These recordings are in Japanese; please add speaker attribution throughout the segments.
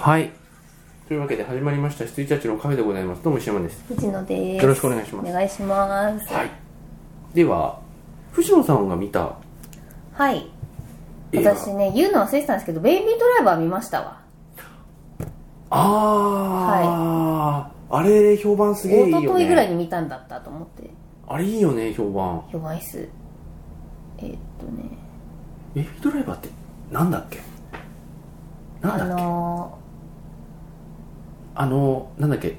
Speaker 1: はいというわけで始まりました羊たちのカフェでございますどうも石山です
Speaker 2: 藤野です
Speaker 1: よろしくお願いし
Speaker 2: お
Speaker 1: ます
Speaker 2: 願いします
Speaker 1: はいでは藤野さんが見た
Speaker 2: はい
Speaker 1: 映画
Speaker 2: 私ね言うの忘れてたんですけどベイビードライバー見ましたわ
Speaker 1: ああ、あれ評判すげえいい
Speaker 2: 一
Speaker 1: よね
Speaker 2: 昨日ぐらいに見たんだったと思って
Speaker 1: あれいいよね評判
Speaker 2: 弱いっすえーっとね
Speaker 1: ベイビードライバーってなんだっけなん
Speaker 2: あ
Speaker 1: だっけあの
Speaker 2: の
Speaker 1: なんだっけ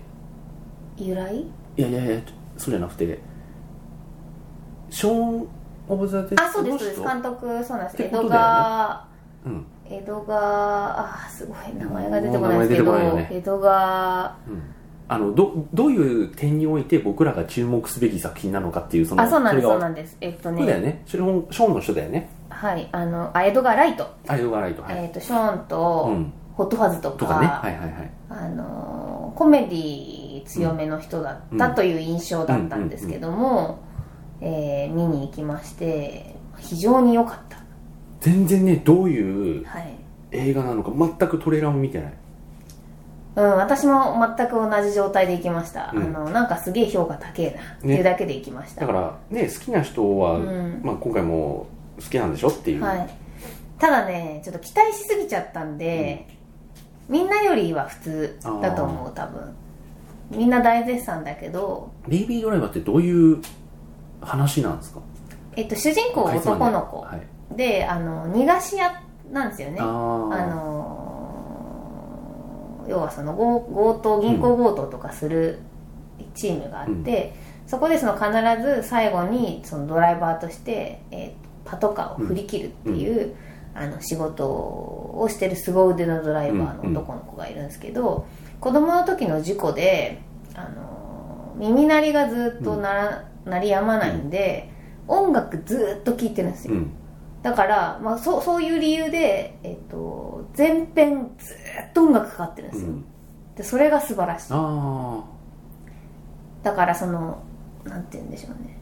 Speaker 2: ー由来
Speaker 1: いやいやいやそうじゃなくてショーン・オブ・ザ・デ
Speaker 2: あそうですそうです
Speaker 1: この人
Speaker 2: 監督そうなんです
Speaker 1: っ
Speaker 2: 江
Speaker 1: てこと
Speaker 2: 戸
Speaker 1: だよね
Speaker 2: 川
Speaker 1: うん
Speaker 2: 江戸川あーすごい名前が出てこないんで
Speaker 1: もう名前
Speaker 2: すけど
Speaker 1: 出てこないよね
Speaker 2: 江戸川
Speaker 1: あのどどういう点において僕らが注目すべき作品なのかっていうその
Speaker 2: あそうなんですそう
Speaker 1: れが
Speaker 2: なんですえっと
Speaker 1: そうだよ
Speaker 2: ね
Speaker 1: ねそれもショーンの人だよね
Speaker 2: はいあのあ江戸川ライト
Speaker 1: アイドル・ライトはい、
Speaker 2: えっとショーンと
Speaker 1: うん
Speaker 2: ホットファズと
Speaker 1: とかねはいはいはい
Speaker 2: あのーコメディ強めの人だった
Speaker 1: うん
Speaker 2: という印象だったんですけども、えー見に行きまして非常に良かった、
Speaker 1: 全然ねどういう
Speaker 2: はい
Speaker 1: 映画なのか全くトレーラーも見てない
Speaker 2: うん、私も全く同じ状態で行きました、
Speaker 1: うん
Speaker 2: あのなんかすげえ評価高えなっていうだけで行きました、
Speaker 1: だからね好きな人は、
Speaker 2: うん
Speaker 1: まあ、今回も好きなんでしょっていう、
Speaker 2: はい、ただねちょっと期待しすぎちゃったんで、みんなよりは普通だと思う多分みんな大絶賛だけど
Speaker 1: ベイビードライバーってどういう話なんですか
Speaker 2: えっと主人公
Speaker 1: かいつまんで
Speaker 2: 男の子、
Speaker 1: はい、
Speaker 2: であの逃がし屋なんですよね
Speaker 1: あ
Speaker 2: あ
Speaker 1: ー
Speaker 2: のー要はその強強盗銀行強盗とかするチームがあって、そこでその必ず最後にそのドライバーとして、えーパトカーを振り切るっていう、あの仕事をしてる凄腕のドライバーの男の子がいるんですけど、子供の時の事故であのー耳鳴りがずっとなら、鳴りやまないんで、音楽ずっと聴いてるんですよ、
Speaker 1: うん
Speaker 2: だから、まあ、そうそういう理由で、えっと前編ずーっと音楽かかってるんで
Speaker 1: う
Speaker 2: すよ、
Speaker 1: ん、
Speaker 2: でそれが素晴らしい
Speaker 1: あ
Speaker 2: だからそのなんて言うんでしょうね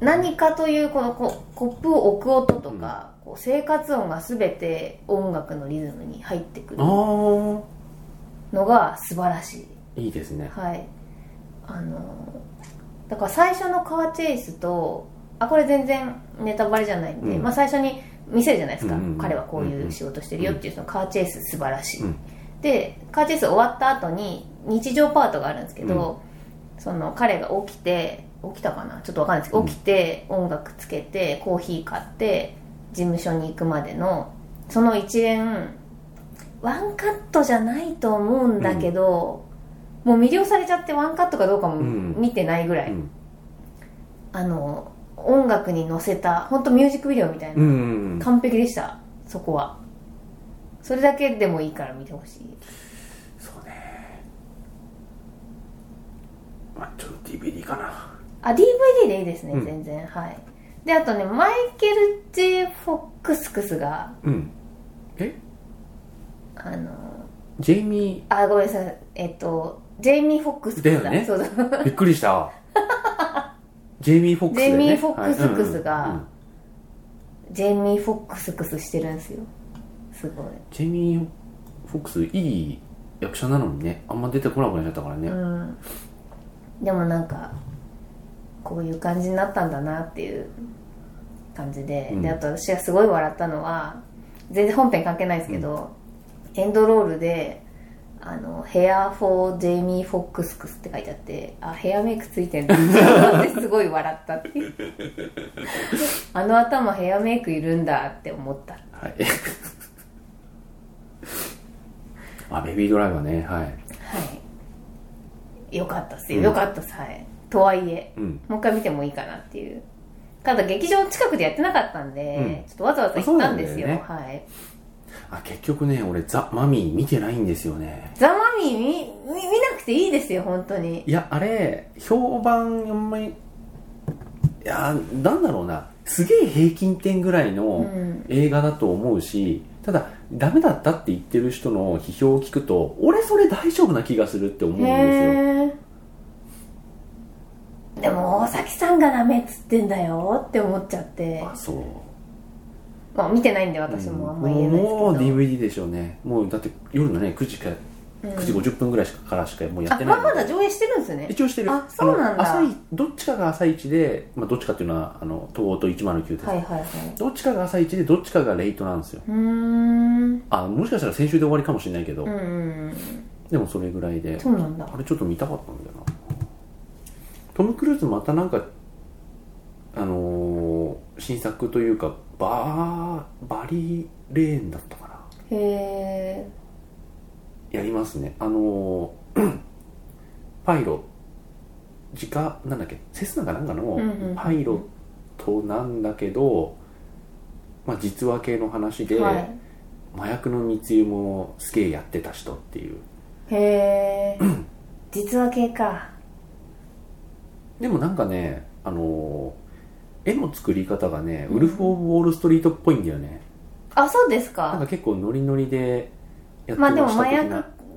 Speaker 2: 何かというこのこコップを置く音とか、こう生活音が全て音楽のリズムに入ってく
Speaker 1: ー
Speaker 2: る
Speaker 1: あー
Speaker 2: のが素晴らしい
Speaker 1: いいですね
Speaker 2: はいあのだから最初のカーチェイスとあこれ全然ネタバレじゃないんで、
Speaker 1: うん
Speaker 2: まあ、最初に見せるじゃないですか、
Speaker 1: うんうんうん
Speaker 2: 彼はこういう仕事してるよっていうそのカーチェイス素晴らしい、
Speaker 1: うん
Speaker 2: でカーチェイス終わった後に日常パートがあるんですけど、その彼が起きて起きたかなちょっとわかんないですけど、
Speaker 1: うん
Speaker 2: 起きて音楽つけてコーヒー買って事務所に行くまでのその一連ワンカットじゃないと思うんだけど、もう魅了されちゃってワンカットかどうかも
Speaker 1: うん
Speaker 2: 見てないぐらい、
Speaker 1: うん
Speaker 2: あの音楽に乗せた本当ミュージックビデオみたいな、
Speaker 1: うん
Speaker 2: 完璧でしたそこはそれだけでもいいから見てほしい
Speaker 1: そうねまあちょっと DVD かな
Speaker 2: あ DVD でいいですね、
Speaker 1: うん
Speaker 2: 全然はいであとねマイケル・ J ・フォックスクスが
Speaker 1: うんえ
Speaker 2: あの
Speaker 1: ジェイミ
Speaker 2: あごめんなさいえっとジェイミー・フォックスクス
Speaker 1: だよね
Speaker 2: そうそう
Speaker 1: ーびっくりした ジェイミー・フォックスだよね
Speaker 2: ジェイミーフォックスクスが
Speaker 1: はいうんうんうん
Speaker 2: ジェイミー・フォックスクスしてるんですよすごい
Speaker 1: ジェイミー・フォックスいい役者なのにねあんま出てこなくなっちゃったからね、
Speaker 2: うん、でもなんかこういう感じになったんだなっていう感じで,、
Speaker 1: うん
Speaker 2: であと私がすごい笑ったのは全然本編関係ないですけど、エンドロールで「あのヘア・フォー・ジェイミー・フォックスクス」って書いてあってあヘアメイクついてんだってすごい笑ったって いうあの頭ヘアメイクいるんだって思った
Speaker 1: はい あベビードライバーねはい
Speaker 2: はいよかったっす
Speaker 1: う
Speaker 2: よ
Speaker 1: ん
Speaker 2: よかったっす、はいとはいえ
Speaker 1: うん
Speaker 2: もう一回見てもいいかなっていうただ劇場近くでやってなかったんで、
Speaker 1: うん
Speaker 2: ちょっとわざわざ行ったんです
Speaker 1: そう
Speaker 2: よ
Speaker 1: なん
Speaker 2: はい
Speaker 1: あ結局ね俺ザ・マミー見てないんですよね
Speaker 2: ザ・マミー見見見なくていいですよ本当に
Speaker 1: いやあれ評判あんまりいやなんだろうなすげえ平均点ぐらいうの
Speaker 2: ん
Speaker 1: 映画だと思うし、ただダメだったって言ってる人の批評を聞くと俺それ大丈夫な気がするって思うんですよ
Speaker 2: へえでも大崎さんがダメっつってんだよって思っちゃって
Speaker 1: あそう
Speaker 2: まあ、見てないんで私もあんま言えないですけど、
Speaker 1: もう DVD でしょうねもうだって夜のね9時か
Speaker 2: うん
Speaker 1: 9時50分ぐらいしかからしかもうやっ
Speaker 2: あ
Speaker 1: て
Speaker 2: ま
Speaker 1: ないん
Speaker 2: あ
Speaker 1: で
Speaker 2: まだ上映してるんですね
Speaker 1: 一応してる
Speaker 2: あそうなんだ
Speaker 1: あの朝いどっちかが朝一で、まあ、どっちかっていうのはあの東欧と109です、
Speaker 2: はいはいはい
Speaker 1: どっちかが朝一でどっちかがレイトなんですよ
Speaker 2: うーん
Speaker 1: あもしかしたら先週で終わりかもしれないけど、
Speaker 2: うんうん
Speaker 1: でもそれぐらいで
Speaker 2: そうなんだ
Speaker 1: あれちょっと見たかったんだよなトム・クルーズまたなんかあのー新作というかバーバリー・レーンだったかな
Speaker 2: へえ
Speaker 1: やりますねあのー パイロ自家なんだっけセスナかなんかの
Speaker 2: うんうんうん
Speaker 1: パイロットなんだけど、まあ、実話系の話で、
Speaker 2: はい
Speaker 1: 麻薬の密輸もすげえやってた人っていう
Speaker 2: へえ実話系か
Speaker 1: でもなんかねあのー絵の作り方がね、
Speaker 2: うん
Speaker 1: ウルフ・オブ・ウォール・ストリートっぽいんだよね
Speaker 2: あそうです
Speaker 1: なん
Speaker 2: か
Speaker 1: か結構ノリノリでやって
Speaker 2: まあでも
Speaker 1: し
Speaker 2: 麻
Speaker 1: た的
Speaker 2: 薬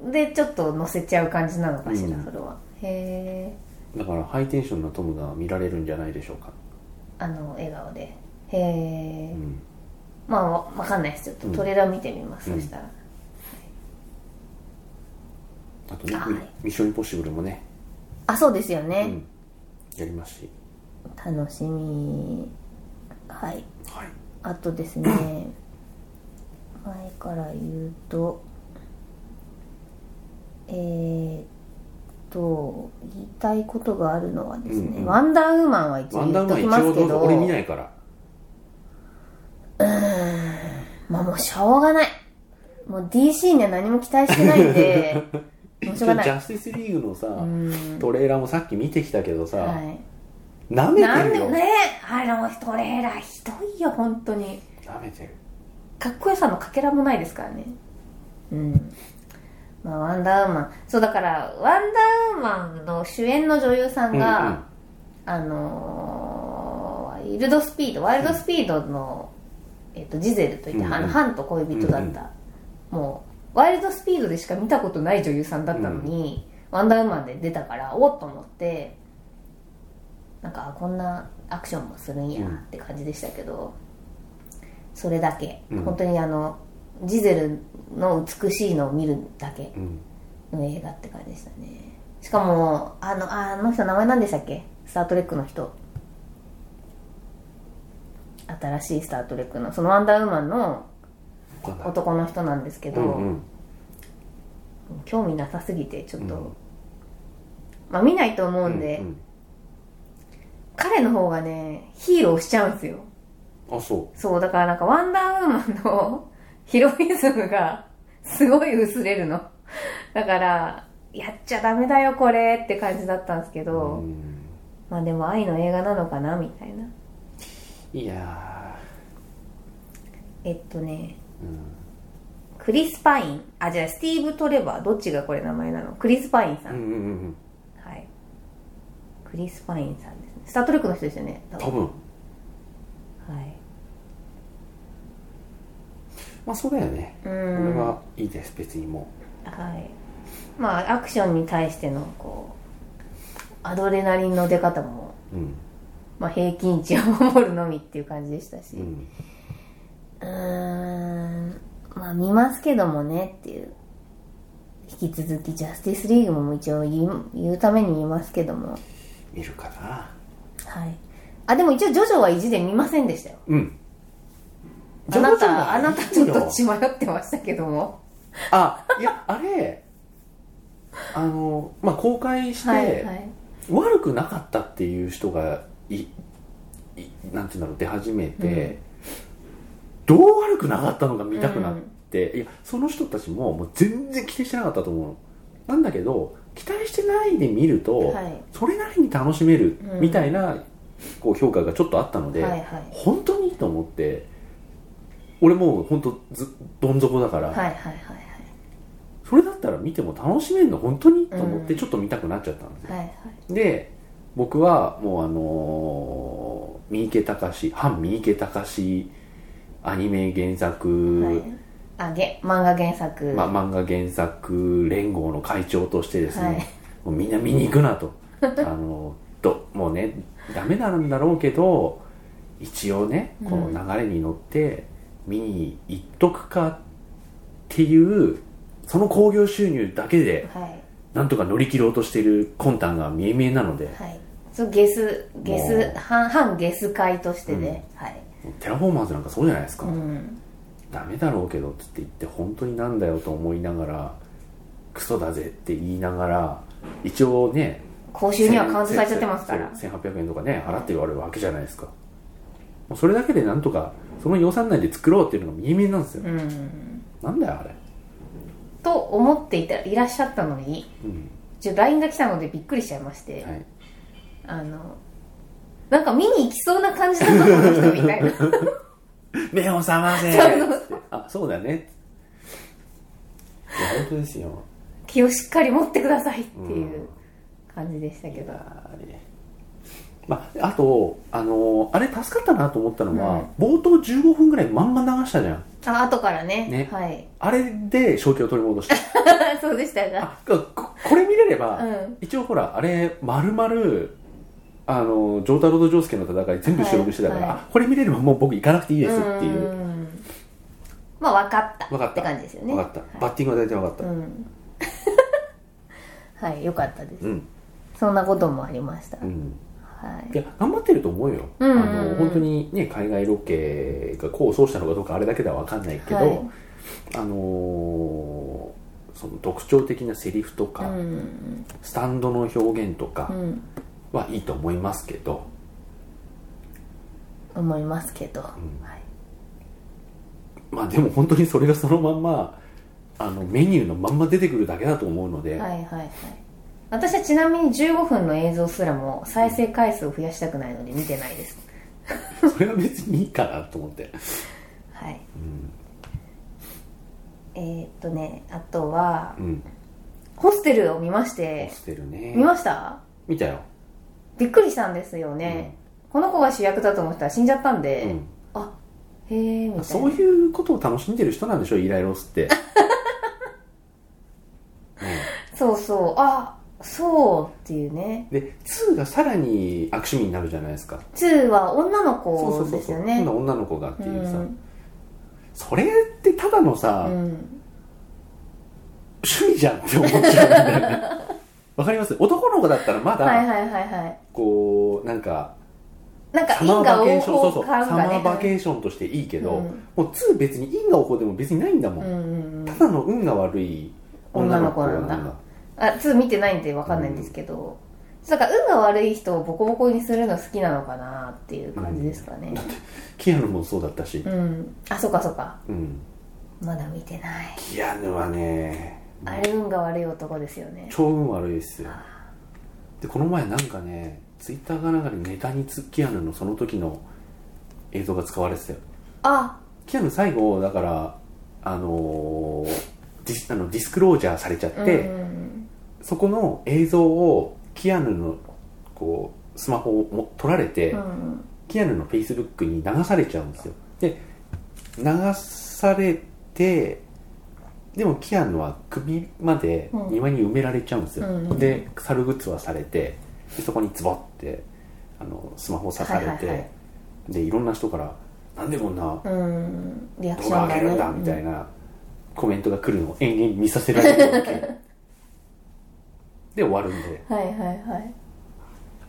Speaker 1: な
Speaker 2: でちょっと乗せちゃう感じなのかしら、
Speaker 1: うん
Speaker 2: それはへえ
Speaker 1: だからハイテンションなトムが見られるんじゃないでしょうか、
Speaker 2: あの笑顔でへ
Speaker 1: う
Speaker 2: え、
Speaker 1: ん、
Speaker 2: まあわわかんないですちょっとトレーラー見てみます、
Speaker 1: うん
Speaker 2: そしたら
Speaker 1: あとね
Speaker 2: はい
Speaker 1: ミッション・インポッシブル」もね、
Speaker 2: あそうですよ
Speaker 1: う
Speaker 2: ね、
Speaker 1: ん、やりますし
Speaker 2: 楽しみはい
Speaker 1: はい
Speaker 2: あとですね前から言うとえーっと言いたいことがあるのはですね「
Speaker 1: うんうん
Speaker 2: ワンダーウーマン」は一
Speaker 1: ワ
Speaker 2: 応
Speaker 1: ンダ
Speaker 2: 言
Speaker 1: ー
Speaker 2: っ
Speaker 1: ウー
Speaker 2: と
Speaker 1: マン一応
Speaker 2: きます
Speaker 1: ど
Speaker 2: け
Speaker 1: うぞ
Speaker 2: ど
Speaker 1: 俺見ないから
Speaker 2: まあもうしょうがないもう DC には何も期待してない んでもうし
Speaker 1: 一
Speaker 2: ょ
Speaker 1: 応
Speaker 2: うが
Speaker 1: ジ
Speaker 2: ない
Speaker 1: ャスティスリーグのさ、
Speaker 2: うん
Speaker 1: トレーラーもさっき見てきたけどさ、
Speaker 2: は
Speaker 1: 舐
Speaker 2: い、
Speaker 1: め
Speaker 2: なん
Speaker 1: て
Speaker 2: で
Speaker 1: るよ
Speaker 2: ねあのトレーラーひどいよ本当に
Speaker 1: 舐めてる
Speaker 2: かっこよさのかけらもないですからねうんまあワンダーウーマンそうだからワンダーウーマンの主演の女優さんが、あのーワイルドスピードワイルドスピードの、えっとジゼルといって、
Speaker 1: うん
Speaker 2: あ
Speaker 1: う
Speaker 2: の
Speaker 1: ん
Speaker 2: ハンと恋人だった、もうワイルドスピードでしか見たことない女優さんだったのに、ワンダーウーマンで出たからおっと思ってなんかあこんなアクションもするんや
Speaker 1: うん
Speaker 2: って感じでしたけど、それだけ、
Speaker 1: うん
Speaker 2: 本当にあのジゼルの美しいのを見るだけ
Speaker 1: うんうん
Speaker 2: の映画って感じでしたねしかもあのああの人名前なんでしたっけ「スター・トレック」の人新しい「スター・トレックの」その「ワンダーウーマン」の
Speaker 1: わかんない
Speaker 2: 男の人なんですけ
Speaker 1: う
Speaker 2: ど、
Speaker 1: んうん
Speaker 2: 興味なさすぎてちょっと、
Speaker 1: うん
Speaker 2: まあ見ないと思うんで、
Speaker 1: うん
Speaker 2: 彼の方がねヒーローしちゃうんですよ
Speaker 1: うんあそ
Speaker 2: そうだからなんか「ワンダーウーマン」の ヒロイズムがすごい薄れるのだからやっちゃダメだよこれって感じだったんですけ
Speaker 1: う、
Speaker 2: ど、
Speaker 1: うん
Speaker 2: まあでも愛の映画なのかなみたいない
Speaker 1: や
Speaker 2: えっとね
Speaker 1: ー、うん
Speaker 2: クリス・パインあじゃあスティーブ・トレバーどっちがこれ名前なのクリス・パインさ
Speaker 1: う
Speaker 2: ん、
Speaker 1: んうんうんうん
Speaker 2: はいクリス・パインさんですねスター・トレックの人ですよね多
Speaker 1: 多分
Speaker 2: はい
Speaker 1: まあそうだよね
Speaker 2: う
Speaker 1: こ
Speaker 2: ー
Speaker 1: れ
Speaker 2: んは
Speaker 1: はいいです別にも
Speaker 2: いまあアクションに対してのこうアドレナリンの出方も、
Speaker 1: ううん
Speaker 2: まあ、平均値を守るのみっていう感じでしたし
Speaker 1: う
Speaker 2: うんーんまあ見ますけどもねっていう引き続きジャスティスリーグも一応言う言うために見ますけども
Speaker 1: 見るかな
Speaker 2: はい。あ、でも一応、ジョジョは意地で見ませんでしたよ。
Speaker 1: うん
Speaker 2: あなた、あなたちょっと血
Speaker 1: ち
Speaker 2: 迷ってましたけども。
Speaker 1: あいやあれあのまあ公開して、
Speaker 2: はい、はい。
Speaker 1: 悪くなかったっていう人がいいなんていうんだろう出始めて、どう悪くなかったのか見たくなって、いやその人たちももう全然期待してなかったと思うのなんだけど期待してないで見ると、
Speaker 2: はい
Speaker 1: それなりに楽しめる
Speaker 2: うん
Speaker 1: みたいな、こう評価がちょっとあったので、
Speaker 2: はい、はい。
Speaker 1: 本当にいいと思って俺もう本当ずどん底だから、
Speaker 2: はい、はい、はい
Speaker 1: それだったら見ても楽しめるの本当にと思って
Speaker 2: うん
Speaker 1: ちょっと見たくなっちゃったんですよ、
Speaker 2: はい。はい、はい。
Speaker 1: で僕はもうあのー三池隆反三池隆アニメ原作、
Speaker 2: はいあげ、漫画原作。
Speaker 1: ま、漫画原作連合の会長としてですね、
Speaker 2: はい
Speaker 1: もうみんな見に行くな とあのどもうねダメなんだろうけど一応ねこの流れに乗って見に行っとくかっていうその興行収入だけで
Speaker 2: はい
Speaker 1: なんとか乗り切ろうとしている魂胆が見え見えなので
Speaker 2: はいそうゲスゲ
Speaker 1: も
Speaker 2: ス半半ゲス会としてね、はい、
Speaker 1: テラフォーマーズなんかそうじゃないですか、
Speaker 2: うん、
Speaker 1: ダメだろうけどっつって言って本当になんだよと思いながらクソだぜって言いながら一応ね
Speaker 2: 講習にはカウントされちゃってますから
Speaker 1: そう1800円とかね払ってるわけじゃないですかもうそれだけでなんとかその予算内で作ろうっていうのが見え見えなんですよ、
Speaker 2: うん
Speaker 1: なんだよあれ
Speaker 2: と思っていたいらっしゃったのに
Speaker 1: うん
Speaker 2: ちょ LINE が来たのでびっくりしちゃいまして、
Speaker 1: はい
Speaker 2: あのなんか見に行きそうな感じだったこの人みた いな
Speaker 1: 目を覚ませ
Speaker 2: そうそう
Speaker 1: あそうだねいや本当ですよ
Speaker 2: 気をしっかり持ってくださいっていう感じでしたけど、
Speaker 1: あれまあ、あと、あのあれ助かったなと思ったのは、冒頭15分ぐらいまんま流したじゃん
Speaker 2: あ後からね
Speaker 1: ね
Speaker 2: はい
Speaker 1: あれで正気を取り戻した
Speaker 2: そうでしたが
Speaker 1: あここれ見れれば、
Speaker 2: うん
Speaker 1: 一応ほらあれまるまるあの丈太郎と丈介の戦い全部収録してたから、
Speaker 2: はいはい
Speaker 1: あこれ見れればもう僕行かなくていいですっていう、
Speaker 2: うんまあ分かった
Speaker 1: 分かった
Speaker 2: て感じですよね
Speaker 1: 分かった、
Speaker 2: は
Speaker 1: バッティングは大体分かっ
Speaker 2: い
Speaker 1: た
Speaker 2: うん はいよかったです、
Speaker 1: うん、
Speaker 2: そんなこともありました、
Speaker 1: うん、
Speaker 2: はい
Speaker 1: いや頑張ってると思うよ、
Speaker 2: うんうんうん
Speaker 1: あの本当にね海外ロケが功を奏したのかどうかあれだけでは分かんないけど、
Speaker 2: はい
Speaker 1: あのーその特徴的なセリフとか、
Speaker 2: うん
Speaker 1: スタンドの表現と
Speaker 2: う
Speaker 1: か
Speaker 2: ん
Speaker 1: はいいと思いますけど、
Speaker 2: 思いますけど、
Speaker 1: ん
Speaker 2: はい
Speaker 1: まあでも本当にそれがそのまんまあのメニューのまんま出てくるだけだと思うので、
Speaker 2: はいはいはい私はちなみに15分の映像すらも再生回数を増やしたくないので見てないです
Speaker 1: それは別にいいかなと思って
Speaker 2: はい
Speaker 1: うん、
Speaker 2: えー、っとねあとは
Speaker 1: うん、
Speaker 2: ホステルを見まして
Speaker 1: してるね
Speaker 2: 見ました
Speaker 1: 見たよ、
Speaker 2: びっくりしたんですよね、この子が主役だと思ったら死んじゃったんで、
Speaker 1: うん
Speaker 2: あへえみたいな
Speaker 1: そういうことを楽しんでる人なんでしょイライロスっ て、
Speaker 2: そうそうあそうっていうね
Speaker 1: うん、で2がさらに悪趣味になるじゃないですか
Speaker 2: 2は女の
Speaker 1: そう
Speaker 2: 子
Speaker 1: そうそう
Speaker 2: です
Speaker 1: そう
Speaker 2: よ
Speaker 1: 今
Speaker 2: ね
Speaker 1: 度女の子がっていうさ、
Speaker 2: うん
Speaker 1: それってただのさ、
Speaker 2: うん
Speaker 1: 趣味じゃんって思っちゃうんだよ ねわかります男の子だったらまだ、
Speaker 2: はいはいはいはい
Speaker 1: こうなんか
Speaker 2: なんか
Speaker 1: サ
Speaker 2: 因
Speaker 1: マー
Speaker 2: 果
Speaker 1: バケ
Speaker 2: 応
Speaker 1: ーションそうそ
Speaker 2: 報
Speaker 1: う
Speaker 2: 感
Speaker 1: サマ
Speaker 2: がね
Speaker 1: ーバケーションとしていいけど、
Speaker 2: うん
Speaker 1: もう2別に因果応報でも別にないんだもん、
Speaker 2: うんうんうん
Speaker 1: ただの運が悪い女の子なんだ
Speaker 2: 女の子なんだあ2見てないんで分かんないんですけど、なんか運が悪い人をボコボコにするの好きなのかなっていう感じですかね
Speaker 1: だってキアヌもそうだったし
Speaker 2: う、ん、あそうかそうか
Speaker 1: うん、
Speaker 2: まだ見てない
Speaker 1: キアヌはね
Speaker 2: あれ運が悪い男ですよね
Speaker 1: 超運悪いですよでこの前なんかねツイッターがなんかでネタにつキアヌのその時の映像が使われてたよ
Speaker 2: あ
Speaker 1: キアヌ最後だからあのーディスあのディスクロージャーされちゃって、
Speaker 2: うんうん
Speaker 1: そこの映像をキアヌのこうスマホをも撮られて、
Speaker 2: うんうん
Speaker 1: キアヌのフェイスブックに流されちゃうんですよで流されてでもキアヌは首まで庭に埋められちゃうんですよ、
Speaker 2: うんうん
Speaker 1: で猿グッズはされてでそこにズボってあのスマホ刺されて、
Speaker 2: はいはいはい
Speaker 1: でいろんな人から「なんでこんな
Speaker 2: うんリアク
Speaker 1: 動
Speaker 2: ショ
Speaker 1: 画
Speaker 2: ンが
Speaker 1: 上げる
Speaker 2: ね
Speaker 1: んだ」みたいなコメントが来るのを延々見させられるわけ で終わるんで
Speaker 2: うんはいはいはい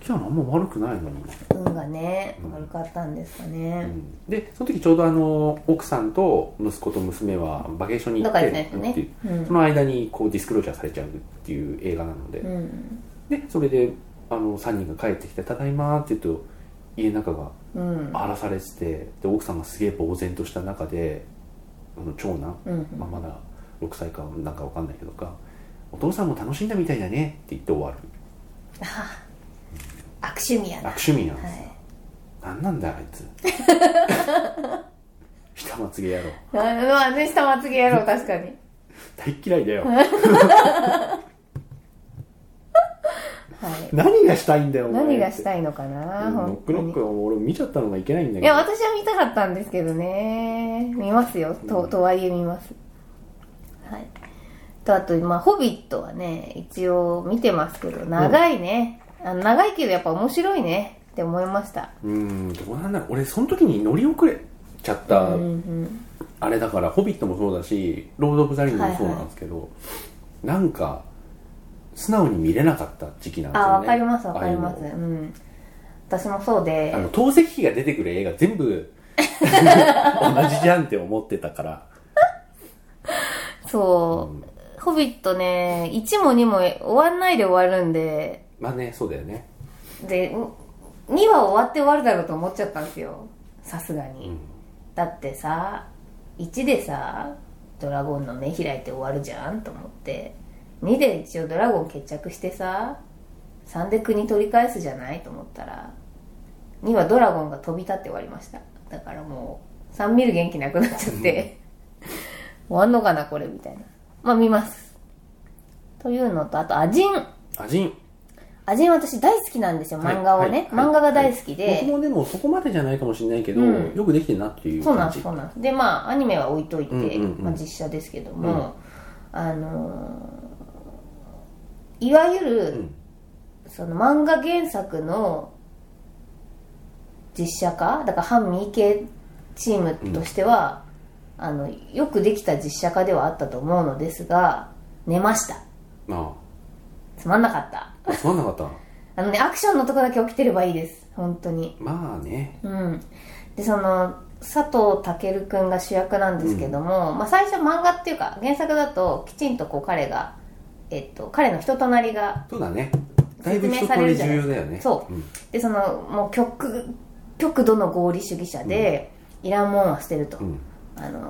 Speaker 1: キアヌあんま悪くないのに
Speaker 2: 運がね
Speaker 1: うん
Speaker 2: 悪かったんですかね、
Speaker 1: でその時ちょうどあの奥さんと息子と娘はバケーションに行
Speaker 2: だ
Speaker 1: っ
Speaker 2: か
Speaker 1: て
Speaker 2: らね
Speaker 1: っていう
Speaker 2: ね、うん
Speaker 1: その間にこうディスクロージャーされちゃうっていう映画なので、
Speaker 2: うん
Speaker 1: でそれであの3人が帰ってきて「ただいま」って言うと家の中が
Speaker 2: うん
Speaker 1: 荒らされててで奥さんがすげえ呆然とした中であの長男、
Speaker 2: うん
Speaker 1: まあ、まだ6歳かなんかわかんないけどか「お父さんも楽しんだみたいだね」って言って終わる
Speaker 2: あ悪趣味やな
Speaker 1: 悪趣味なんです、
Speaker 2: はい
Speaker 1: なんなんだよあい つ下まつげ野郎
Speaker 2: あまあね下まつげ野郎確かに
Speaker 1: 大っ嫌いだよ
Speaker 2: はい
Speaker 1: 何がしたいんだよお前
Speaker 2: 何がした
Speaker 1: い
Speaker 2: たいのかな
Speaker 1: ノ
Speaker 2: 本
Speaker 1: ック
Speaker 2: 当
Speaker 1: ノ
Speaker 2: に
Speaker 1: ックを俺見ちゃったのがいけないんだ
Speaker 2: い
Speaker 1: けど
Speaker 2: や私は見たかったんですけどね見ますよととはいえ見ますはいとあとまあホビット」はね一応見てますけど長いね、あの長いけどやっぱ面白いねって思いました
Speaker 1: うーんどうなんだろう俺その時に乗り遅れちゃった、
Speaker 2: うんうん
Speaker 1: あれだから「ホビット」もそうだし「ロード・オブ・ザ・リング」もそうなんですけど、なんか素直に見れなかった時期なんですよね
Speaker 2: あわかりますわかります
Speaker 1: ああいう
Speaker 2: うん私もそう
Speaker 1: のあの
Speaker 2: で
Speaker 1: 透析機が出てくる映画全部同じじゃんって思ってたから、
Speaker 2: そうう、
Speaker 1: ん
Speaker 2: ホビットね1も2も終わんないで終わるんで
Speaker 1: まあねそうだよね
Speaker 2: で2は終わって終わるだろうと思っちゃったんですよさすがに、
Speaker 1: うん
Speaker 2: だってさ1でさドラゴンの目開いて終わるじゃんと思って2で一応ドラゴン決着してさ3で国取り返すじゃないと思ったら2はドラゴンが飛び立って終わりましただからもう3見る元気なくなっちゃって 終わんのかなこれみたいなまあ見ますというのとあとアジン
Speaker 1: アジン
Speaker 2: アジン私大好きなんですよ漫画を
Speaker 1: は
Speaker 2: ね、
Speaker 1: いはい
Speaker 2: 漫画が大好きで、
Speaker 1: はい僕もでもそこまでじゃないかもしれないけど、
Speaker 2: うん
Speaker 1: よくできてるなっていう
Speaker 2: そうな
Speaker 1: 感
Speaker 2: んで
Speaker 1: じ
Speaker 2: すそうなんですでまあアニメは置いといて、
Speaker 1: うんうんうん
Speaker 2: まあ、実写ですけども、あのーいわゆる、
Speaker 1: ん
Speaker 2: その漫画原作の実写化だから反ミー系チームとしては、あのよくできた実写化ではあったと思うのですが寝ました
Speaker 1: あ
Speaker 2: つまんなかった
Speaker 1: あつまんなかったな
Speaker 2: あのねアクションのとこだけ起きてればいいです本当に
Speaker 1: まあね
Speaker 2: うん、でその佐藤健くんが主役なんですけども、まあ、最初漫画っていうか原作だときちんとこう彼が、えっと、彼の人となりが
Speaker 1: そうだねだい
Speaker 2: 説
Speaker 1: ぶ
Speaker 2: 明
Speaker 1: 人
Speaker 2: さ
Speaker 1: こ
Speaker 2: れ
Speaker 1: れ
Speaker 2: るじゃな
Speaker 1: 重
Speaker 2: い
Speaker 1: 要だよね
Speaker 2: そう
Speaker 1: うん
Speaker 2: でそのもう極極度の合理主義者で、いらんもんは捨てると、
Speaker 1: うん
Speaker 2: あのー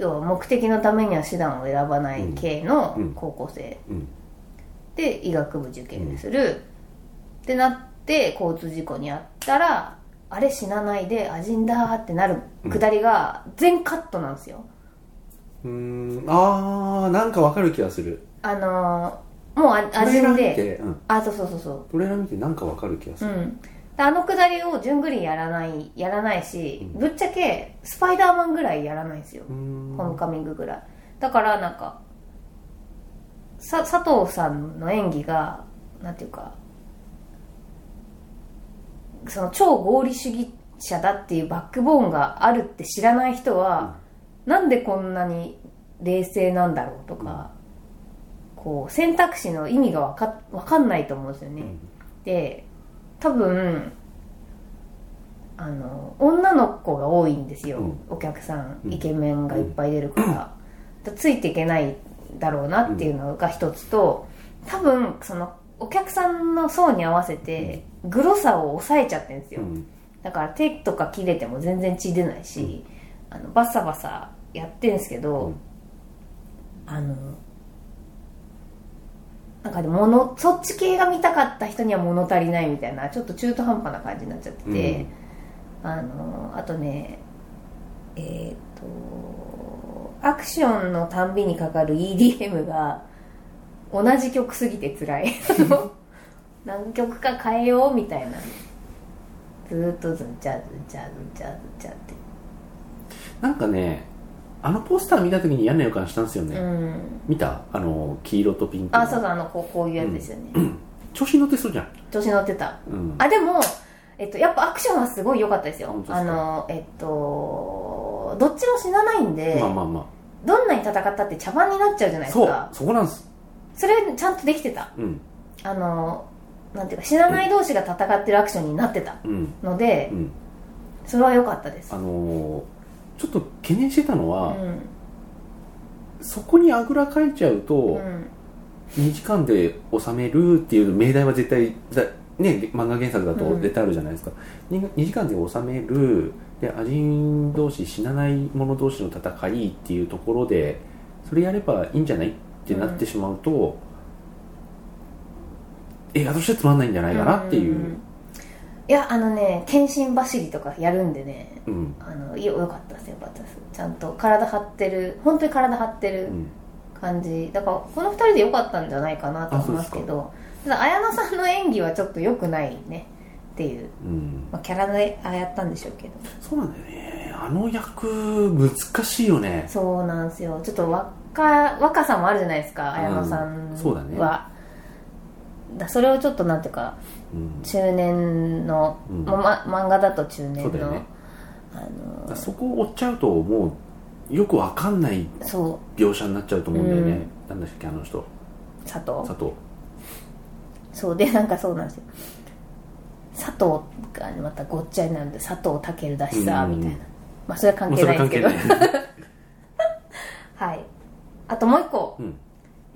Speaker 2: 要は目的のためには手段を選ばない系の
Speaker 1: うん
Speaker 2: 高校生
Speaker 1: うん
Speaker 2: で医学部受験する、ってなって交通事故に遭ったらあれ死なないでアジンだーってなるくだりが全カットなんですよ、
Speaker 1: うーんあーなんかわかる気がする
Speaker 2: あのーもうあ
Speaker 1: ト
Speaker 2: ア
Speaker 1: レ
Speaker 2: ジ
Speaker 1: ーラー
Speaker 2: ン
Speaker 1: 見
Speaker 2: で
Speaker 1: て、うん、
Speaker 2: あそうそうそうそ
Speaker 1: トレーラー見てなんかわかる気がす
Speaker 2: うう
Speaker 1: る、
Speaker 2: んであのくだりを順繰りやらないやらないし、ぶっちゃけスパイダーマンぐらいやらないんですよ、
Speaker 1: うーん、
Speaker 2: ホームカミングぐらいだからなんかさ佐藤さんの演技がなんていうかその超合理主義者だっていうバックボーンがあるって知らない人は、なんでこんなに冷静なんだろうとか、こう選択肢の意味がわかわかんないと思うんですよね、
Speaker 1: うん
Speaker 2: で多分あの女の子が多いんですよ、
Speaker 1: うん
Speaker 2: お客さん
Speaker 1: うん
Speaker 2: イケメンがいっぱい出るから,、ついていけないだろうなっていうのが一つと多分そのお客さんの層に合わせてグロさを抑えちゃってるんですよ、
Speaker 1: うん
Speaker 2: だから手とか切れても全然血出ないし、あのバサバサやってんすけど、
Speaker 1: うん
Speaker 2: あのなんかでものそっち系が見たかった人には物足りないみたいなちょっと中途半端な感じになっちゃってて、あのあとねえっ、とアクションのたんびにかかる EDM が同じ曲すぎて 辛いあの何曲か変えようみたいなずーっとズンチャズンチャズンチャズンチャって
Speaker 1: なんかねあのポスター見た時に嫌な予感したんですよね、
Speaker 2: うん
Speaker 1: 見たあの黄色とピンクの
Speaker 2: あそうそうあのこうこういうやつですよね、
Speaker 1: 調子に乗ってそうじゃん、
Speaker 2: 調子乗ってた
Speaker 1: うん、
Speaker 2: あでも、えっと、やっぱアクションはすごい良かったですよ
Speaker 1: 本当で
Speaker 2: あ
Speaker 1: すか
Speaker 2: のえっとどっちも死なないんで、
Speaker 1: まあまあま
Speaker 2: どんなに戦ったって茶番になっちゃうじ
Speaker 1: あ
Speaker 2: ゃないです
Speaker 1: そう
Speaker 2: か
Speaker 1: そこなんです
Speaker 2: それちゃんとできてた
Speaker 1: うん
Speaker 2: あのなんていうか死なない同士が戦ってるアクションになってた
Speaker 1: うん
Speaker 2: ので
Speaker 1: う、ん
Speaker 2: それは良かったです
Speaker 1: あのーちょっと懸念してたの
Speaker 2: う
Speaker 1: は、
Speaker 2: ん
Speaker 1: そこにあぐらかいちゃうと、
Speaker 2: うん
Speaker 1: 2時間で収めるっていう命題は絶対だ、ね、漫画原作だ
Speaker 2: う
Speaker 1: と
Speaker 2: ん
Speaker 1: 絶対あるじゃないですか、に 2, 時間で収めるでアジン同士死なない者同士の戦いっていうところでそれやればいいんじゃないってなってしまうと、映画としてつまんないんじゃないかなってい
Speaker 2: んん
Speaker 1: う、
Speaker 2: んいやあのね謙信走りとかやるんでね
Speaker 1: うん
Speaker 2: あのいやよかったですよかったですちゃんと体張ってる本当に体張って
Speaker 1: う
Speaker 2: る
Speaker 1: ん
Speaker 2: 感じだからこの2人でよかったんじゃないかなと思いますけどただ綾菜さんの演技はちょっと良くないねっていう、
Speaker 1: うん、
Speaker 2: まあ、キャラでああやったんでしょうけど
Speaker 1: そうなんだよねあの役難しいよね
Speaker 2: そうなんですよちょっと若若さもあるじゃないですか綾菜さんは、
Speaker 1: うんそうだね
Speaker 2: だそれをちょっとなんていうか
Speaker 1: うん
Speaker 2: 中年の、
Speaker 1: うん
Speaker 2: もうま、漫画だと中
Speaker 1: そ
Speaker 2: 年
Speaker 1: うだよ
Speaker 2: の
Speaker 1: ね
Speaker 2: あの
Speaker 1: そこを追っちゃうともうよくわかんない
Speaker 2: そ
Speaker 1: 描写になっちゃうと思うんだよね、なんだっけあの人
Speaker 2: う佐藤
Speaker 1: 佐藤
Speaker 2: そうでなんかそうなんですよ佐藤がまたごっちゃになるんで佐藤健だしさ
Speaker 1: うん
Speaker 2: みたいなまあそれは関
Speaker 1: もう
Speaker 2: 係
Speaker 1: そ
Speaker 2: な
Speaker 1: れ
Speaker 2: いです
Speaker 1: 関係
Speaker 2: けど
Speaker 1: ない
Speaker 2: はいあともう一個、
Speaker 1: うん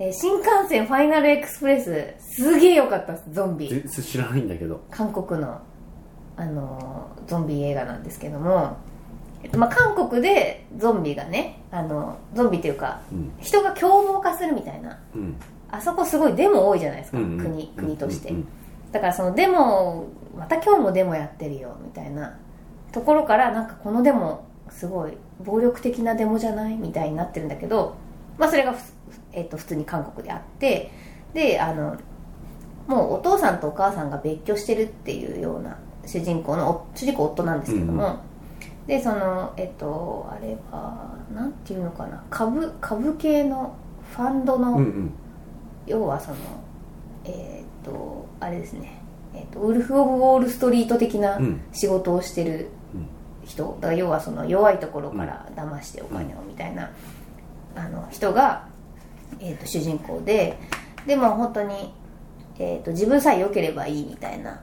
Speaker 2: えー新幹線ファイナルエクスプレスすげえ良かったですゾンビ
Speaker 1: 全然知らないんだけど
Speaker 2: 韓国の、あのーゾンビ映画なんですけども、えっとまあ、韓国でゾンビがね、あのゾンビというか
Speaker 1: うん
Speaker 2: 人が凶暴化するみたいな
Speaker 1: うん
Speaker 2: あそこすごいデモ多いじゃないですか、
Speaker 1: うんうん
Speaker 2: 国国として、
Speaker 1: うんうん
Speaker 2: だからそのデモをまた今日もデモやってるよみたいなところからなんかこのデモすごい暴力的なデモじゃないみたいになってるんだけど、まあ、それがふ、えっと普通に韓国であってであのもうお父さんとお母さんが別居してるっていうような主人公のお主人公夫なんですけども、
Speaker 1: うん
Speaker 2: でそのえっとあれはなんていうのかな株株系のファンドの、
Speaker 1: うんうん
Speaker 2: 要はそのえーっとあれですね、えーっとウルフ・オブ・ウォール・ストリート的な
Speaker 1: うん
Speaker 2: 仕事をしてる
Speaker 1: うん
Speaker 2: 人、だから要はその弱いところから騙してお金をみたいな、あの人が、えーっと主人公ででも本当に、えーっと自分さえ良ければいいみたいな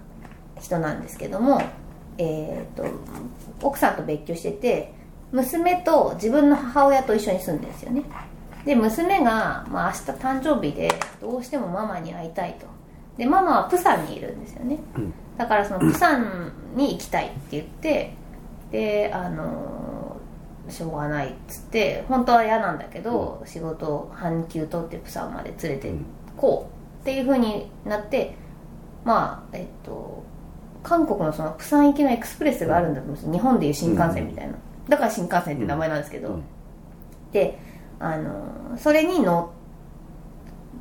Speaker 2: 人なんですけども、えーっと奥さんと別居してて娘と自分の母親と一緒に住んでるんですよねで娘が、まあ、明日誕生日でどうしてもママに会いたいとでママはプサンにいるんですよね、
Speaker 1: うん
Speaker 2: だからそのプサンに行きたいって言ってであのーしょうがないっつって本当は嫌なんだけど、仕事を半休取ってプサンまで連れてこうっていう風になってまあえっと韓国のそのプサン行きのエクスプレスがあるんだと思うんですよ日本でいう新幹線みたいな、だから新幹線って名前なんですけど、
Speaker 1: うん
Speaker 2: であのそれに乗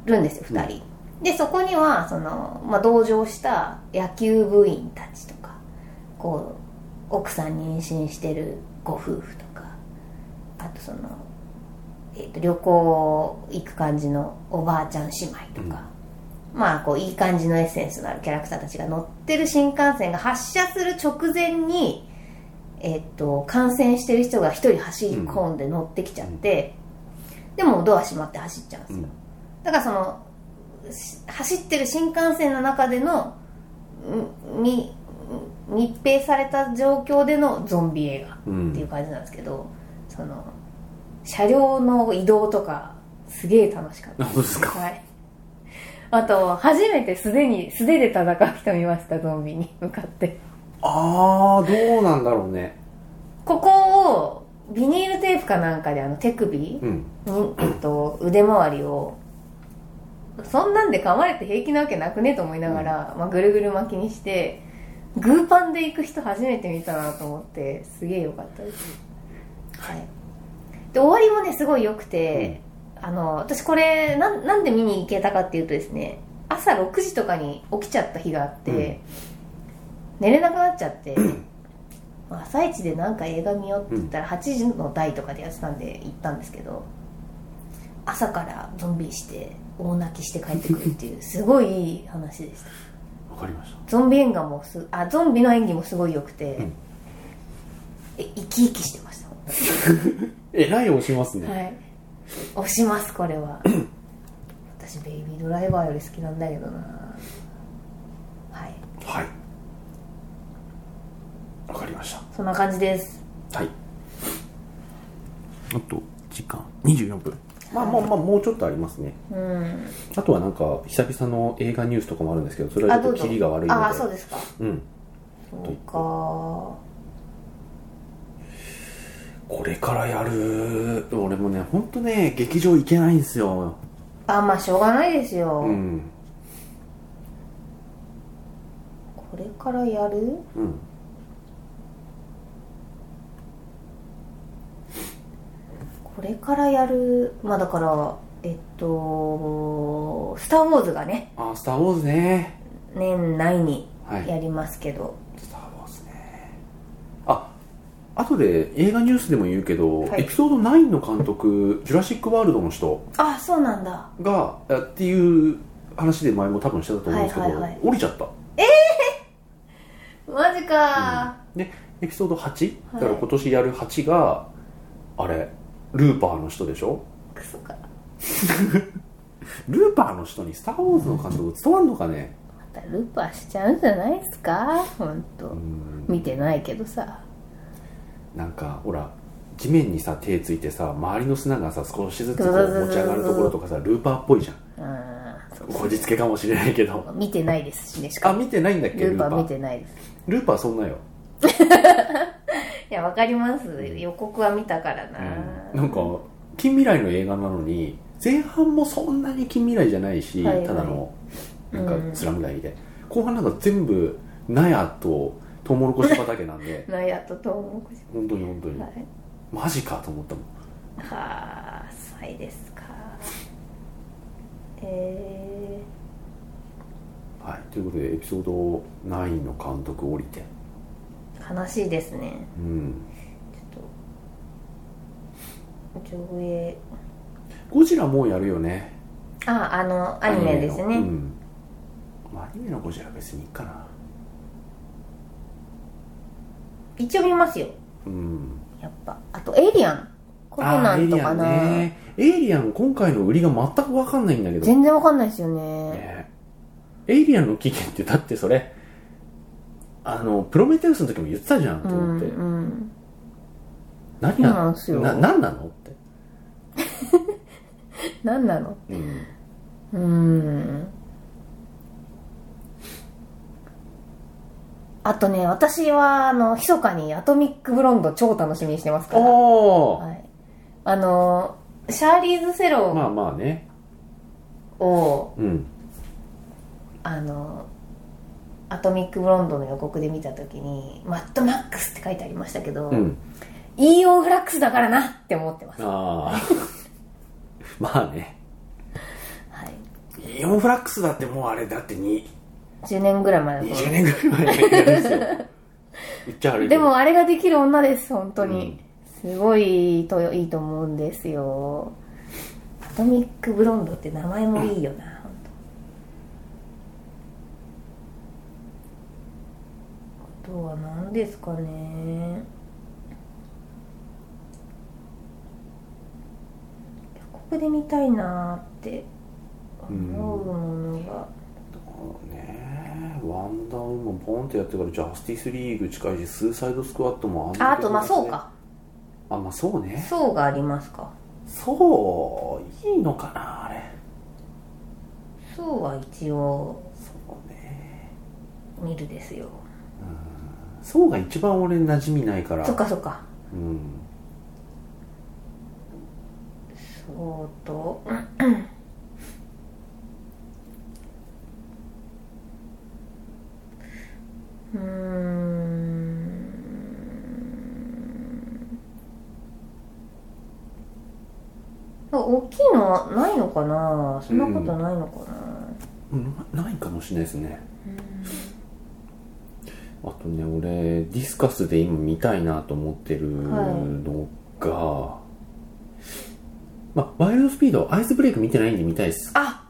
Speaker 2: るんですよ2人、でそこにはその、まあ、同乗した野球部員たちとかこう奥さん妊娠してるご夫婦とかあとその、えーと旅行行く感じのおばあちゃん姉妹とか、まあこういい感じのエッセンスのあるキャラクターたちが乗ってる新幹線が発車する直前にえっと、感染してる人が一人走り込んで乗ってきちゃって、でもドア閉まって走っちゃうんですよ、
Speaker 1: うん
Speaker 2: だからそのし走ってる新幹線の中でのんみ密閉された状況でのゾンビ映画
Speaker 1: うん
Speaker 2: っていう感じなんですけど、その車両の移動とかすげえ楽しかった
Speaker 1: あそうですか
Speaker 2: はいあと初めて素手に素手で戦う人見ましたゾンビに向かって
Speaker 1: ああどうなんだろうね
Speaker 2: ここをビニールテープかなんかであの手首に、
Speaker 1: うん
Speaker 2: えっと、腕周りをそんなんで噛まれて平気なわけなくねと思いながら、まあ、ぐるぐる巻きにしてグーパンで行く人初めて見たなと思ってすげえ良かったです、はい、で終わりもねすごい良くて、あの私これなんなんで見に行けたかっていうとですね朝6時とかに起きちゃった日があって、寝れなくなっちゃ ってまあ朝一でなんか映画見ようって言ったら8時の台とかでやってたんで行ったんですけど朝からゾンビして大泣きして帰ってくる っていうすごいいい話でした
Speaker 1: わかりました
Speaker 2: ゾンビ演歌もすあゾンビの演技もすごい良くて、
Speaker 1: うん
Speaker 2: え生き生きしてました本
Speaker 1: えらい押します
Speaker 2: 当
Speaker 1: ね、
Speaker 2: にはい押しますこ れは私ベイビードライバーより好きなんだけどなはい
Speaker 1: はいわかりまし
Speaker 2: そんな感じです
Speaker 1: たはいあと時間24分まあまあまあもうちょっとありますね
Speaker 2: うん
Speaker 1: あとはなんか久々の映画ニュースとかもあるんですけどそれはち
Speaker 2: あ
Speaker 1: ょ
Speaker 2: ど
Speaker 1: っ
Speaker 2: う
Speaker 1: と
Speaker 2: ぞ
Speaker 1: キリが悪いので
Speaker 2: ああそうですか
Speaker 1: うん
Speaker 2: そうか
Speaker 1: これからやる俺もね本当ね劇場行けないんですよ
Speaker 2: あまあしょうがないですよ、
Speaker 1: うん
Speaker 2: これからやる
Speaker 1: うん
Speaker 2: これからやるまあだからえっと「スター・ウォーズ」がね
Speaker 1: あスター・ウォーズね
Speaker 2: 年内に
Speaker 1: はい
Speaker 2: やりますけど、
Speaker 1: スター・ウォーズねああとで映画ニュースでも言うけど、
Speaker 2: はい
Speaker 1: エピソード9の監督「ジュラシック・ワールド」の人
Speaker 2: あそうなんだ
Speaker 1: があっていう話で前も多分してたと思うんですけど、
Speaker 2: はいはいはい
Speaker 1: 降りちゃった
Speaker 2: マジか
Speaker 1: でエピソード 8?
Speaker 2: は
Speaker 1: だ
Speaker 2: い
Speaker 1: から今年やる8があれルーパーの人でしょ
Speaker 2: クソか
Speaker 1: ルーパーの人に「スター・ウォーズ」の監督伝わんのかね
Speaker 2: またルーパーしちゃうんじゃないですか本当、
Speaker 1: うん
Speaker 2: 見てないけどさ
Speaker 1: なんかほら地面にさ手ついてさ周りの砂がさ少しずつこう持ち上がるところとかさルーパーっぽいじゃん
Speaker 2: うんそう
Speaker 1: こじつけかもしれないけど
Speaker 2: 見てないですしねし
Speaker 1: あ
Speaker 2: かも
Speaker 1: 見てないんだっけ
Speaker 2: ル
Speaker 1: ル
Speaker 2: ー
Speaker 1: ー
Speaker 2: パ
Speaker 1: パ
Speaker 2: ー見
Speaker 1: ー
Speaker 2: てないです
Speaker 1: ルーパーそんなよ
Speaker 2: いやわかります予告は見たからな、
Speaker 1: なんか近未来の映画なのに前半もそんなに近未来じゃないし、
Speaker 2: はいはい
Speaker 1: ただのなん
Speaker 2: うん
Speaker 1: かスラム街で、後半なんか全部納屋とトウモロコシ畑なん で
Speaker 2: なんやっとトウモロコシ
Speaker 1: 本当に本当に、
Speaker 2: はい
Speaker 1: マジかと思ったもん
Speaker 2: はあそうですかえ
Speaker 1: はい、ということでエピソード9の監督降りて
Speaker 2: ー、悲しいですね
Speaker 1: うん
Speaker 2: ちょっと上映
Speaker 1: ゴジラもうやるよね
Speaker 2: ああのアニメですね、
Speaker 1: アニメのうんまあアニメのゴジラ別にいいかな
Speaker 2: 一応見ますよ
Speaker 1: うん
Speaker 2: やっぱあとエイリアンコナ
Speaker 1: あーエ
Speaker 2: ン
Speaker 1: イ
Speaker 2: と
Speaker 1: リ
Speaker 2: か
Speaker 1: アン
Speaker 2: な、
Speaker 1: ねエイリアン今回の売りが全く分かんないんだけど
Speaker 2: 全然わかんないですよね
Speaker 1: ねエイリアンの起源ってだってそれあのプロメテウスの時も言ってたじゃん
Speaker 2: う
Speaker 1: と思
Speaker 2: ん
Speaker 1: って、
Speaker 2: うん
Speaker 1: 何
Speaker 2: そう
Speaker 1: な
Speaker 2: なんですよ
Speaker 1: な何なのって、
Speaker 2: 何なの
Speaker 1: うん、
Speaker 2: うーんあとね私はあの密かに「アトミック・ブロンド」超楽しみにしてますから
Speaker 1: おー
Speaker 2: はい、あのシャーリーズ・セロ
Speaker 1: まあまあね
Speaker 2: を、
Speaker 1: うん
Speaker 2: あのアトミック・ブロンドの予告で見た時に「マッドマックス」って書いてありましたけど、
Speaker 1: うん
Speaker 2: イーオー・フラックスだからなって思ってます、
Speaker 1: ああ まあね
Speaker 2: はい、
Speaker 1: イオンフラックスだってもうあれだってに
Speaker 2: 10年ぐらい前だと
Speaker 1: 20年ぐらい前の映画ですよ言っちゃ悪いけど
Speaker 2: でもあれができる女です本当に、すごいといいと思うんですよアトミック・ブロンドって名前もいいよな、本当あとは何ですかねここで見たいなって思うものが、
Speaker 1: ねえワンダーウーマンポンってやってからジャスティスリーグ近いしスーサイドスクワットもん
Speaker 2: あ
Speaker 1: な
Speaker 2: あとまあそうか
Speaker 1: あまあそうね
Speaker 2: そうがありますか
Speaker 1: そういいのかなあれ
Speaker 2: そうは一応
Speaker 1: そうね
Speaker 2: 見るですよ
Speaker 1: そうが一番俺馴染みないから
Speaker 2: そっかそっか
Speaker 1: うん
Speaker 2: そうとうーん大きいのはないのかなそんなことないのかな、
Speaker 1: うんないかもしれないですねあとね俺ディスカスで今見たいなと思ってるのが、まあ、ワイルドスピードアイスブレイク見てないんで見たいです
Speaker 2: あ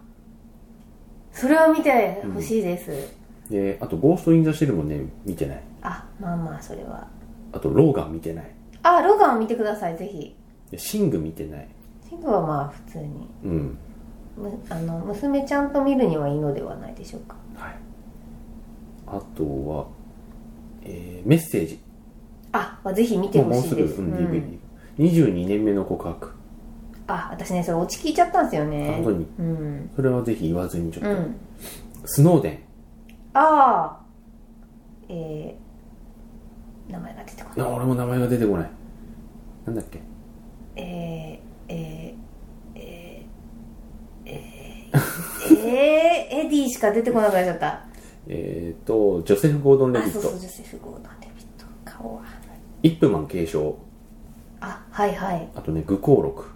Speaker 2: それは見てほしいです、
Speaker 1: であと「ゴースト・イン・ザ・シェル」もね見てない
Speaker 2: あまあまあそれは
Speaker 1: あと「ローガン」見てない
Speaker 2: あロガンを見てくださいぜひ
Speaker 1: でシング見てない
Speaker 2: シングはまあ普通に
Speaker 1: うん
Speaker 2: むあの娘ちゃんと見るにはいいのではないでしょうか
Speaker 1: はいあとは、えーメッセージ
Speaker 2: あまあぜひ見てほ
Speaker 1: もう
Speaker 2: し
Speaker 1: す
Speaker 2: い
Speaker 1: ぐ、
Speaker 2: です、
Speaker 1: うん
Speaker 2: うん
Speaker 1: DVD、22年目の告白
Speaker 2: あ私ねそれ落ち聞いちゃったんですよね
Speaker 1: 本当に
Speaker 2: うん
Speaker 1: それはぜひ言わずにちょっ
Speaker 2: う
Speaker 1: と、
Speaker 2: ん
Speaker 1: スノーデン
Speaker 2: ああえー、名前が出てこ
Speaker 1: い
Speaker 2: ない
Speaker 1: や俺も名前が出てこないなんだっけ
Speaker 2: えー、えー、えー、えー、えー、エディしか出てこなくなっちゃった
Speaker 1: えっ、とジョセフ・ゴードン・レビ
Speaker 2: あ
Speaker 1: ッ
Speaker 2: そう
Speaker 1: ト
Speaker 2: そうジョセフ・ゴードン・デビット顔は
Speaker 1: イップマン継承
Speaker 2: あはいはい
Speaker 1: あとね愚行録、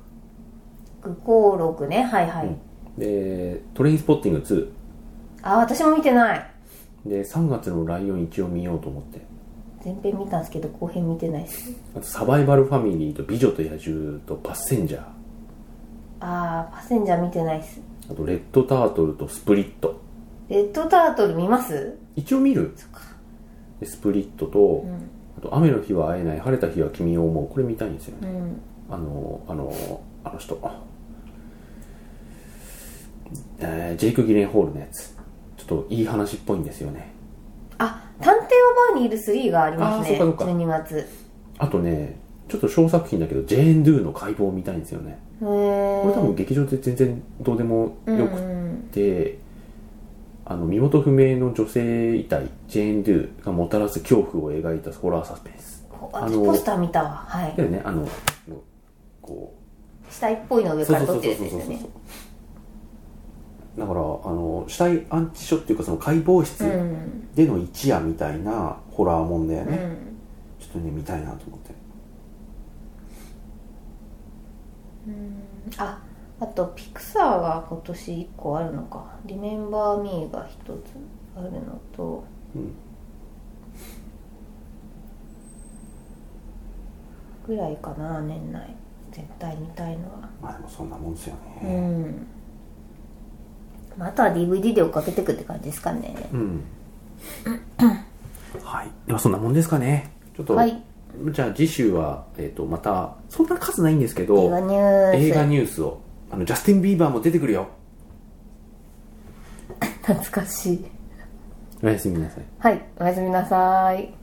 Speaker 2: 愚行録ねはいはい、
Speaker 1: でトレインスポッティング
Speaker 2: あ私も見てない
Speaker 1: 2で3月のライオン一応見ようと思って
Speaker 2: 前編見たんですけど後編見てないです
Speaker 1: あとサバイバルファミリーと美女と野獣とパッセンジャー
Speaker 2: ああパッセンジャー見てないです
Speaker 1: あとレッドタートルとスプリット
Speaker 2: レッドタートル見ます
Speaker 1: 一応見る
Speaker 2: そっか
Speaker 1: でスプリットと、
Speaker 2: うん
Speaker 1: ああと雨の日は会えない晴れた日は君を思うこれ見たいんですよね
Speaker 2: うん
Speaker 1: あのあのあの人えージェイク・ギレンホールのやつちょっといい話っぽいんですよね
Speaker 2: あ探偵はバーにいる3がありますね
Speaker 1: あーそうかそうか
Speaker 2: 12月へ
Speaker 1: あとねちょっと小作品だけどジェーン・ドゥの解剖を見たいんですよね
Speaker 2: え
Speaker 1: これ多分劇場で全然どうでもよく
Speaker 2: うん
Speaker 1: であの身元不明の女性遺体ジェーン・ドゥがもたらす恐怖を描いたホラーサスペンス
Speaker 2: あ
Speaker 1: あの
Speaker 2: ポスター見たわはい
Speaker 1: だよねあのこ
Speaker 2: 死体っぽいの
Speaker 1: う
Speaker 2: 上から撮ってるやつですよね
Speaker 1: だからあの死体安置所っていうかその解剖室
Speaker 2: うん
Speaker 1: での一夜みたいなホラーもんだよ
Speaker 2: う
Speaker 1: ね、
Speaker 2: ん
Speaker 1: ちょっとね見たいなと思って
Speaker 2: ああとピクサーが今年1個あるのか「リメンバー・ミー」が1つあるのと
Speaker 1: うん
Speaker 2: ぐらいかな年内絶対見たいのは
Speaker 1: まあでもそんなもんですよ
Speaker 2: う
Speaker 1: ね
Speaker 2: ん、まあ、あとは DVD で追っかけてくって感じですかね
Speaker 1: うん、はいではそんなもんですかねちょっと、
Speaker 2: はい
Speaker 1: じゃあ次週は、えー、とまたそんな数ないんですけど
Speaker 2: 映画ニュース
Speaker 1: 映画ニュースをあのジャスティン・ビーバーも出てくるよ
Speaker 2: 懐かしい
Speaker 1: おやすみなさい
Speaker 2: はいおやすみなさい